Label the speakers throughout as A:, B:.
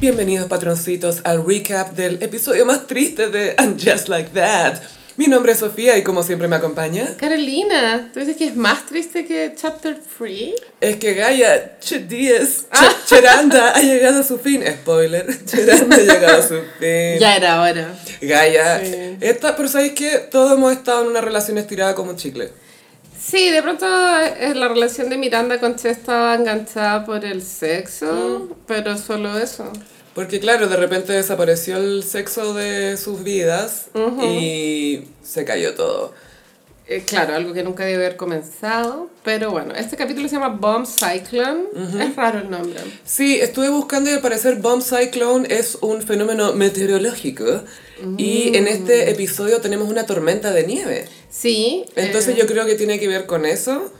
A: Bienvenidos patroncitos al recap del episodio más triste de And Just Like That. Mi nombre es Sofía y como siempre me acompaña.
B: Carolina, ¿tú dices que es más triste que Chapter 3?
A: Es que Gaia Che Díez,
B: Ah.
A: Che- Cheranda ha llegado a su fin. Spoiler, Cheranda ha llegado a su fin.
B: Ya era hora.
A: Gaia,
B: Sí.
A: esta, pero sabéis que todos hemos estado en una relación estirada como un chicle.
B: Sí, de pronto eh, la relación de Miranda con Che estaba enganchada por el sexo, pero solo eso.
A: Porque claro, de repente desapareció el sexo de sus vidas y se cayó todo.
B: Eh, claro, algo que nunca debe haber comenzado, pero bueno, este capítulo se llama Bomb Cyclone, es raro el nombre.
A: Sí, estuve buscando y al parecer Bomb Cyclone es un fenómeno meteorológico y en
B: Mm.
A: este episodio tenemos una tormenta de nieve.
B: Sí,
A: Entonces
B: eh,
A: yo creo que tiene que ver con eso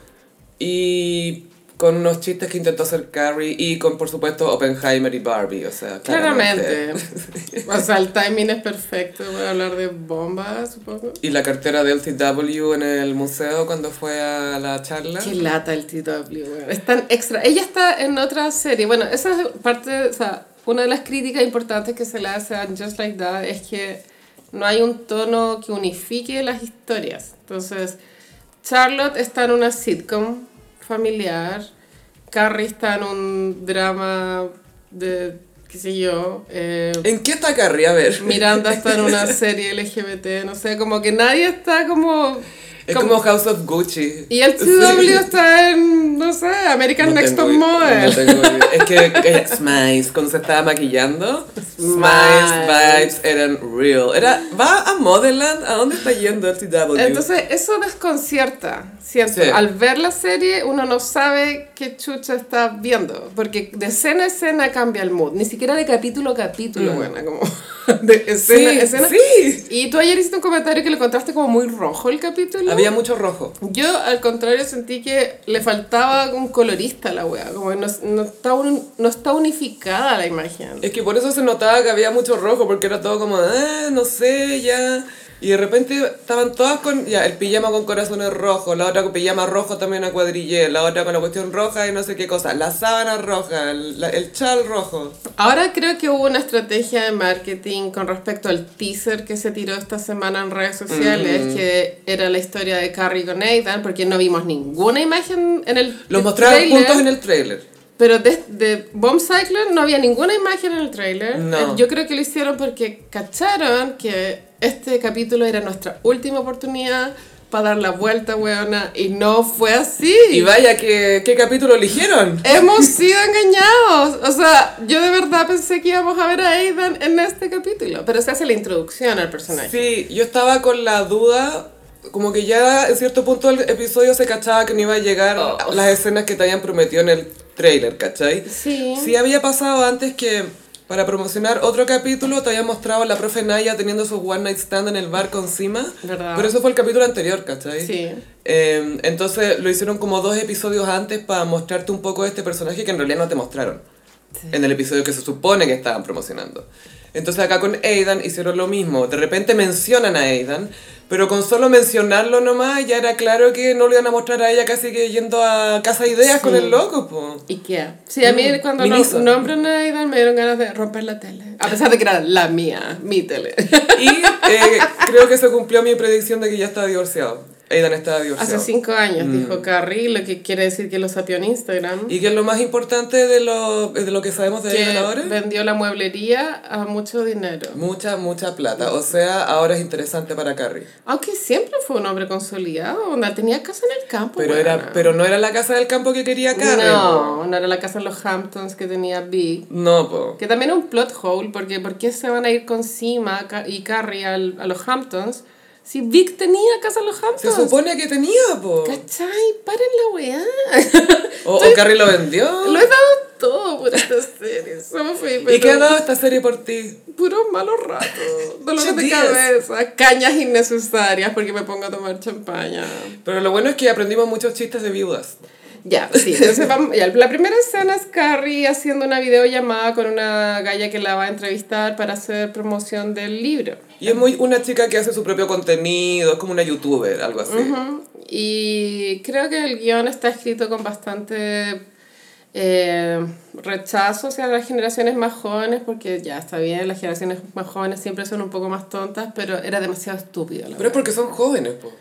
A: y con unos chistes que intentó hacer Carrie y con por supuesto Oppenheimer y Barbie, o sea, claramente.
B: Claramente. O sea, el timing es perfecto para hablar de bombas, supongo.
A: Y la cartera de LCW en el museo cuando fue a la charla.
B: Qué lata el TW, weón. Es tan extra. Ella está en otra serie. Bueno, esa es parte, o sea, una de las críticas importantes que se le hace a Just Like That es que no hay un tono que unifique las historias. Entonces, Charlotte está en una sitcom familiar, Carrie está en un drama de, qué sé yo, eh,
A: ¿En qué está Carrie? A ver.
B: Miranda está en una serie LGBT, no sé, como que nadie está como...
A: Es como House of Gucci.
B: Y el
A: Sí.
B: CW está en, no sé,
A: No
B: American Next
A: tengo
B: Top
A: idea,
B: Model.
A: no tengo idea. es que eh, Smiles, cuando se estaba maquillando, Smiles vibes eran real. Era, va a Modeland, ¿a dónde está yendo el CW?
B: Entonces, eso desconcierta, ¿cierto?
A: Sí.
B: Al ver la serie, uno no sabe qué chucha está viendo, porque de escena a escena cambia el mood, ni siquiera de capítulo a capítulo,
A: Mm.
B: buena, como de escena
A: Sí,
B: a escena.
A: sí.
B: Y tú ayer hiciste un comentario que le encontraste como muy rojo el capítulo.
A: Había mucho rojo.
B: Yo, al contrario, sentí que le faltaba un colorista a la wea, como que no, no está un- no está unificada la imagen.
A: Es que por eso se notaba que había mucho rojo, porque era todo como, ah, no sé, ya. Y de repente estaban todas con, ya, el pijama con corazones rojos, la otra con pijama rojo también a cuadrille, la otra con la cuestión roja y no sé qué cosa, la sábana roja, el, la- el chal rojo.
B: Ahora creo que hubo una estrategia de marketing con respecto al teaser que se tiró esta semana en redes sociales,
A: Mm.
B: que era la historia de Carrie con Nathan, porque no vimos ninguna imagen en el
A: Los mostraban
B: tráiler,
A: juntos en el trailer.
B: Pero de, de Bomb Cyclone no había ninguna imagen en el trailer. Eh,
A: No.
B: Yo creo que lo hicieron porque cacharon que este capítulo era nuestra última oportunidad para dar la vuelta, weona, y no fue así.
A: Y vaya, que qué capítulo eligieron?
B: Hemos sido engañados. O sea, yo de verdad pensé que íbamos a ver a Aidan en este capítulo. Pero se hace la introducción al personaje.
A: Sí, yo estaba con la duda, como que ya en cierto punto del episodio se cachaba que no iba a llegar
B: Oh.
A: las escenas que te habían prometido en el trailer, ¿cachai?
B: Sí.
A: Sí había pasado antes que para promocionar otro capítulo te había mostrado a la profe Naya teniendo su one night stand en el bar con Sima.
B: ¿Verdad?
A: Pero eso fue el capítulo anterior, ¿cachai?
B: Sí.
A: Eh, entonces lo hicieron como dos episodios antes para mostrarte un poco de este personaje que en realidad no te mostraron en el episodio que se supone que estaban promocionando. Entonces acá con Aidan hicieron lo mismo. De repente mencionan a Aidan, pero con solo mencionarlo nomás ya era claro que no le iban a mostrar a ella casi que yendo a casa de ideas con el loco, po.
B: Ikea. Sí, a mí
A: Mm,
B: cuando
A: Miniso.
B: no, nombran a Aidan me dieron ganas de romper la tele. A pesar de que era la mía, mi tele.
A: Y eh, creo que se cumplió mi predicción de que ya estaba divorciado. Aidan estaba divorciado.
B: Hace cinco años, dijo Carrie, lo que quiere decir que lo sapió en Instagram.
A: ¿Y qué es lo más importante de lo, de lo que sabemos de
B: que
A: Aidan ahora?
B: vendió la Mm. mueblería a mucho dinero.
A: Mucha, mucha plata. O sea, ahora es interesante para Carrie.
B: Aunque siempre fue un hombre consolidado, onda, tenía casa en el campo.
A: Pero,
B: weona.
A: era, pero no era la casa del campo que quería Carrie. po.
B: No, no era la casa en los Hamptons que tenía Big.
A: No, po.
B: Que también es un plot hole, porque ¿por qué se van a ir con Sima Ca- y Carrie al- a los Hamptons si Vic tenía casa en los
A: Se
B: Hamptons?
A: supone que tenía, po.
B: ¿Cachai? Paren la weá.
A: O, o Carrie lo vendió.
B: Lo he dado todo por esta serie, Sophie, pero
A: ¿Y qué ha dado esta serie por ti?
B: Puros malos ratos, dolores de
A: Chudíes.
B: cabeza, cañas innecesarias porque me pongo a tomar champaña.
A: Pero lo bueno es que aprendimos muchos chistes de viudas.
B: Ya, sí. Entonces, vamos, ya, la primera escena es Carrie haciendo una videollamada con una galla que la va a entrevistar para hacer promoción del libro.
A: Y es muy una chica que hace su propio contenido, es como una youtuber, algo así.
B: Ujú. Y creo que el guión está escrito con bastante eh, rechazo hacia las generaciones más jóvenes, porque ya está bien, las generaciones más jóvenes siempre son un poco más tontas, pero era demasiado estúpido. La
A: Pero es
B: verdad.
A: porque son jóvenes, po.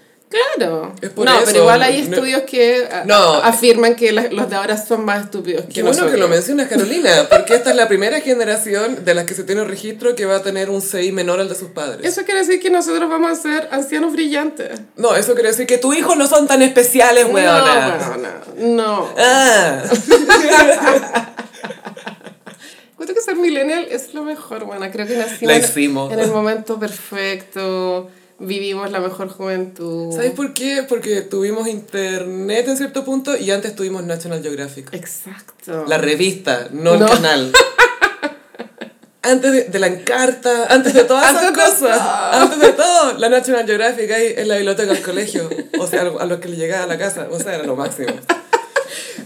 B: Claro.
A: Es por
B: no,
A: eso,
B: pero igual hay
A: no-
B: estudios que a-
A: No.
B: afirman que la- los de ahora son más estúpidos.
A: Qué bueno que
B: nosotros.
A: lo mencionas, Carolina, porque esta es la primera generación de las que se tiene registro que va a tener un CI menor al de sus padres.
B: Eso quiere decir que nosotros vamos a ser ancianos brillantes.
A: No, eso quiere decir que tus hijos no son tan especiales, weona.
B: No, weona, no.
A: Ah.
B: Cuento que ser millennial es lo mejor, bueno, creo que
A: La
B: nacimos
A: hicimos.
B: en el momento perfecto, vivimos la mejor juventud.
A: ¿Sabes por qué? Porque tuvimos internet en cierto punto y antes tuvimos National Geographic.
B: Exacto.
A: La revista, no,
B: No.
A: el canal. Antes de, de la encarta, antes de todas esas
B: Antes de
A: cosas, antes de todo, la National Geographic ahí en la biblioteca del colegio, o sea, a los que le llegaba a la casa, o sea, era lo máximo.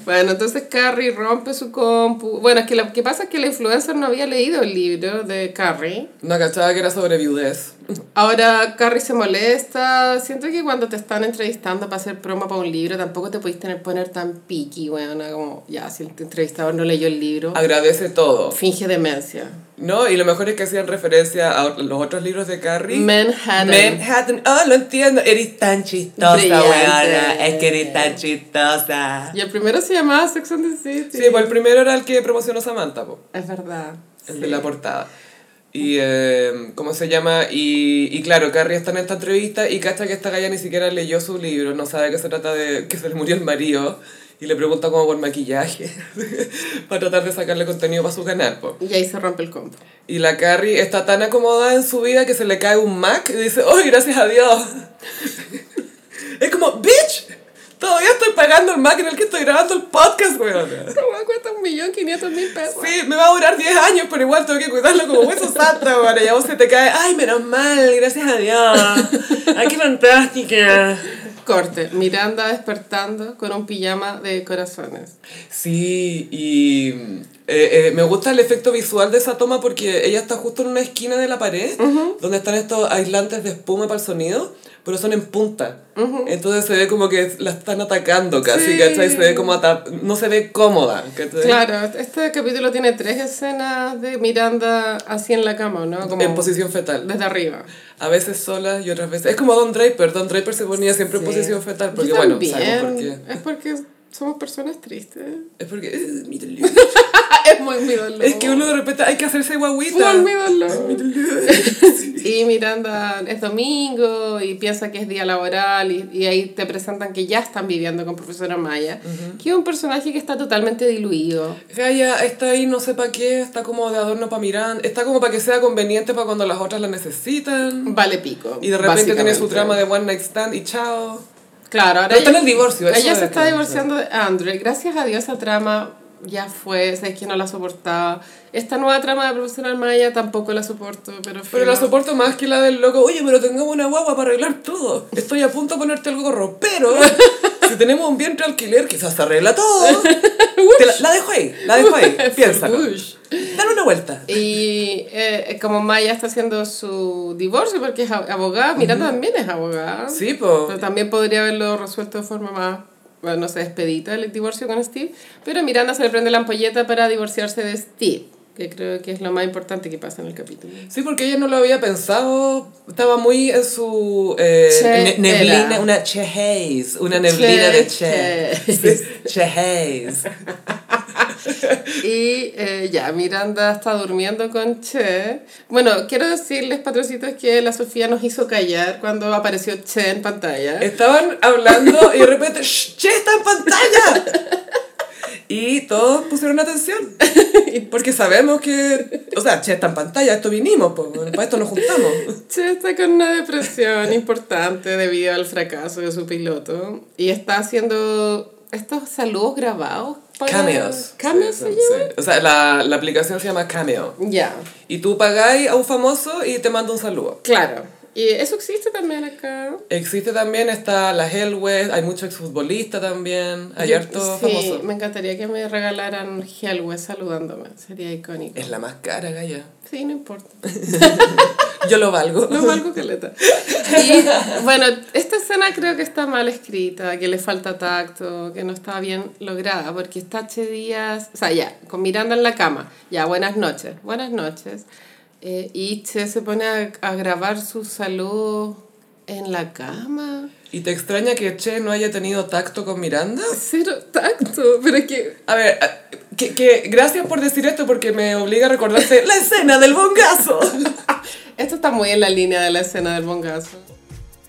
B: Bueno, entonces Carrie rompe su compu. Bueno, es que lo que pasa es que la influencer no había leído el libro de Carrie.
A: No cachaba que era sobre viudez.
B: Ahora Carrie se molesta. Siento que cuando te están entrevistando para hacer promo para un libro, tampoco te podéis tener, poner tan piqui, bueno, como ya, si el entrevistador no leyó el libro,
A: Agradece todo.
B: finge demencia.
A: No, y lo mejor es que hacían referencia a ot- los otros libros de Carrie.
B: Manhattan.
A: Manhattan. Oh, lo entiendo. Eres tan chistosa,
B: Brillante.
A: weona. Es que eres tan chistosa.
B: Y el primero se llamaba Sex and the City.
A: Sí, pues el primero era el que promocionó Samantha, po,
B: Es verdad.
A: el
B: sí.
A: de la portada. Y, eh, ¿cómo se llama? Y, y claro, Carrie está en esta entrevista y cacha que esta galla ni siquiera leyó su libro, no sabe que se trata de que se le murió el marido y le pregunta como por maquillaje para tratar de sacarle contenido para su canal, po.
B: Y ahí se rompe el combo.
A: Y la Carrie está tan acomodada en su vida que se le cae un Mac y dice, ¡Oh, gracias a Dios! es como, ¡Bitch! Todavía estoy pagando el Mac en el que estoy grabando el podcast, weón.
B: Esta weá cuesta un millón quinientos mil pesos.
A: Sí, me va a durar 10 años, pero igual tengo que cuidarlo como hueso santo, weón. Y a vos se te cae, ¡Ay, menos mal! ¡Gracias a Dios! ¡Ay, qué fantástica!
B: Corte. Miranda despertando con un pijama de corazones.
A: Sí, y eh, eh, me gusta el efecto visual de esa toma porque ella está justo en una esquina de la pared donde están estos aislantes de espuma para el sonido, pero son en punta. Entonces se ve como que la están atacando casi,
B: Sí.
A: ¿cachai? Se ve como ata- no se ve cómoda, ¿cachai?
B: Claro, este capítulo tiene tres escenas de Miranda así en la cama, ¿no? Como
A: En posición fetal.
B: desde arriba.
A: A veces sola y otras veces. Es como Don Draper. Don Draper se ponía siempre en
B: Sí.
A: posición fetal.
B: Yo
A: Porque, bueno,
B: también.
A: sabemos por qué.
B: Es porque somos personas tristes.
A: Es porque. eh,
B: es muy mi dolor.
A: Ah, es que uno de repente hay que hacerse guaguita.
B: Muy mi dolor. Y Miranda es domingo y piensa que es día laboral y, y ahí te presentan que ya están viviendo con profesora Maya, que es un personaje que está totalmente diluido.
A: Gaia Ah, está ahí no sé para qué, está como de adorno para mirar, está como para que sea conveniente para cuando las otras la necesitan.
B: Vale pico.
A: Y de repente tiene su
B: básicamente.
A: trama de One Night Stand y chao.
B: Claro, ahora
A: Pero está en el divorcio, eso
B: Ella
A: es
B: se está
A: que-
B: divorciando de Andre. Gracias a Dios esa trama ya fue, sabes que no la soportaba. Esta nueva trama de profesora Maya tampoco la soporto, pero...
A: Pero la soporto más que la del loco, oye, pero tengamos una guagua para arreglar todo. Estoy a punto de ponerte el gorro, pero si tenemos un vientre alquiler, quizás se arregla todo. Te la, la dejo ahí, la dejo ahí, piénsalo.
B: Ush.
A: Dale una vuelta.
B: Y eh, como Maya está haciendo su divorcio porque es ab- abogada, Miranda también es abogada.
A: Sí, po.
B: Pero también podría haberlo resuelto de forma más, bueno, no sé, expedita el divorcio con Steve. Pero Miranda se le prende la ampolleta para divorciarse de Steve, que creo que es lo más importante que pasa en el capítulo.
A: Sí, porque ella no lo había pensado. Estaba muy en su eh,
B: Che
A: ne- neblina,
B: era.
A: una che haze, una neblina
B: Che
A: de che.
B: haze.
A: Sí, Che haze.
B: Y eh, ya, Miranda está durmiendo con Che. Bueno, quiero decirles, patrocitos, que la Sofía nos hizo callar cuando apareció Che en pantalla.
A: Estaban hablando y de repente, "Shh, che, está en pantalla. Y todos pusieron atención. Porque sabemos que, o sea, che, está en pantalla, a esto vinimos, po, para esto nos juntamos.
B: Che está con una depresión importante debido al fracaso de su piloto y está haciendo estos saludos grabados. para-
A: Cameos.
B: Cameos
A: Sí,
B: se
A: sí.
B: llaman?
A: O sea, la, la aplicación se llama Cameo.
B: Ya,
A: Y tú pagáis a un famoso y te manda un saludo.
B: claro. Y eso existe también acá.
A: Existe también, está la Hell West, hay mucho exfutbolista también, hay
B: Yo-
A: harto
B: sí,
A: famoso.
B: me encantaría que me regalaran Hellwest saludándome. Sería icónico.
A: Es la más cara, Gaya.
B: Sí, no importa.
A: Yo lo valgo.
B: No valgo caleta. Y bueno, esta escena creo que está mal escrita, que le falta tacto, que no está bien lograda, porque está Che Díaz, o sea, ya, con Miranda en la cama, ya, buenas noches, buenas noches. Eh, y Che se pone a, a grabar su salud en la cama.
A: ¿Y te extraña que Che no haya tenido tacto con Miranda?
B: Cero tacto, pero es que...
A: A ver, a- que, que- gracias por decir esto porque me obliga a recordarte la escena del bongazo.
B: Esto está muy en la línea de la escena del bongazo.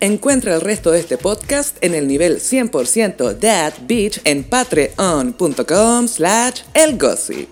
A: Encuentra el resto de este podcast en el nivel 100% That Beach en patreon.com slash elgossip.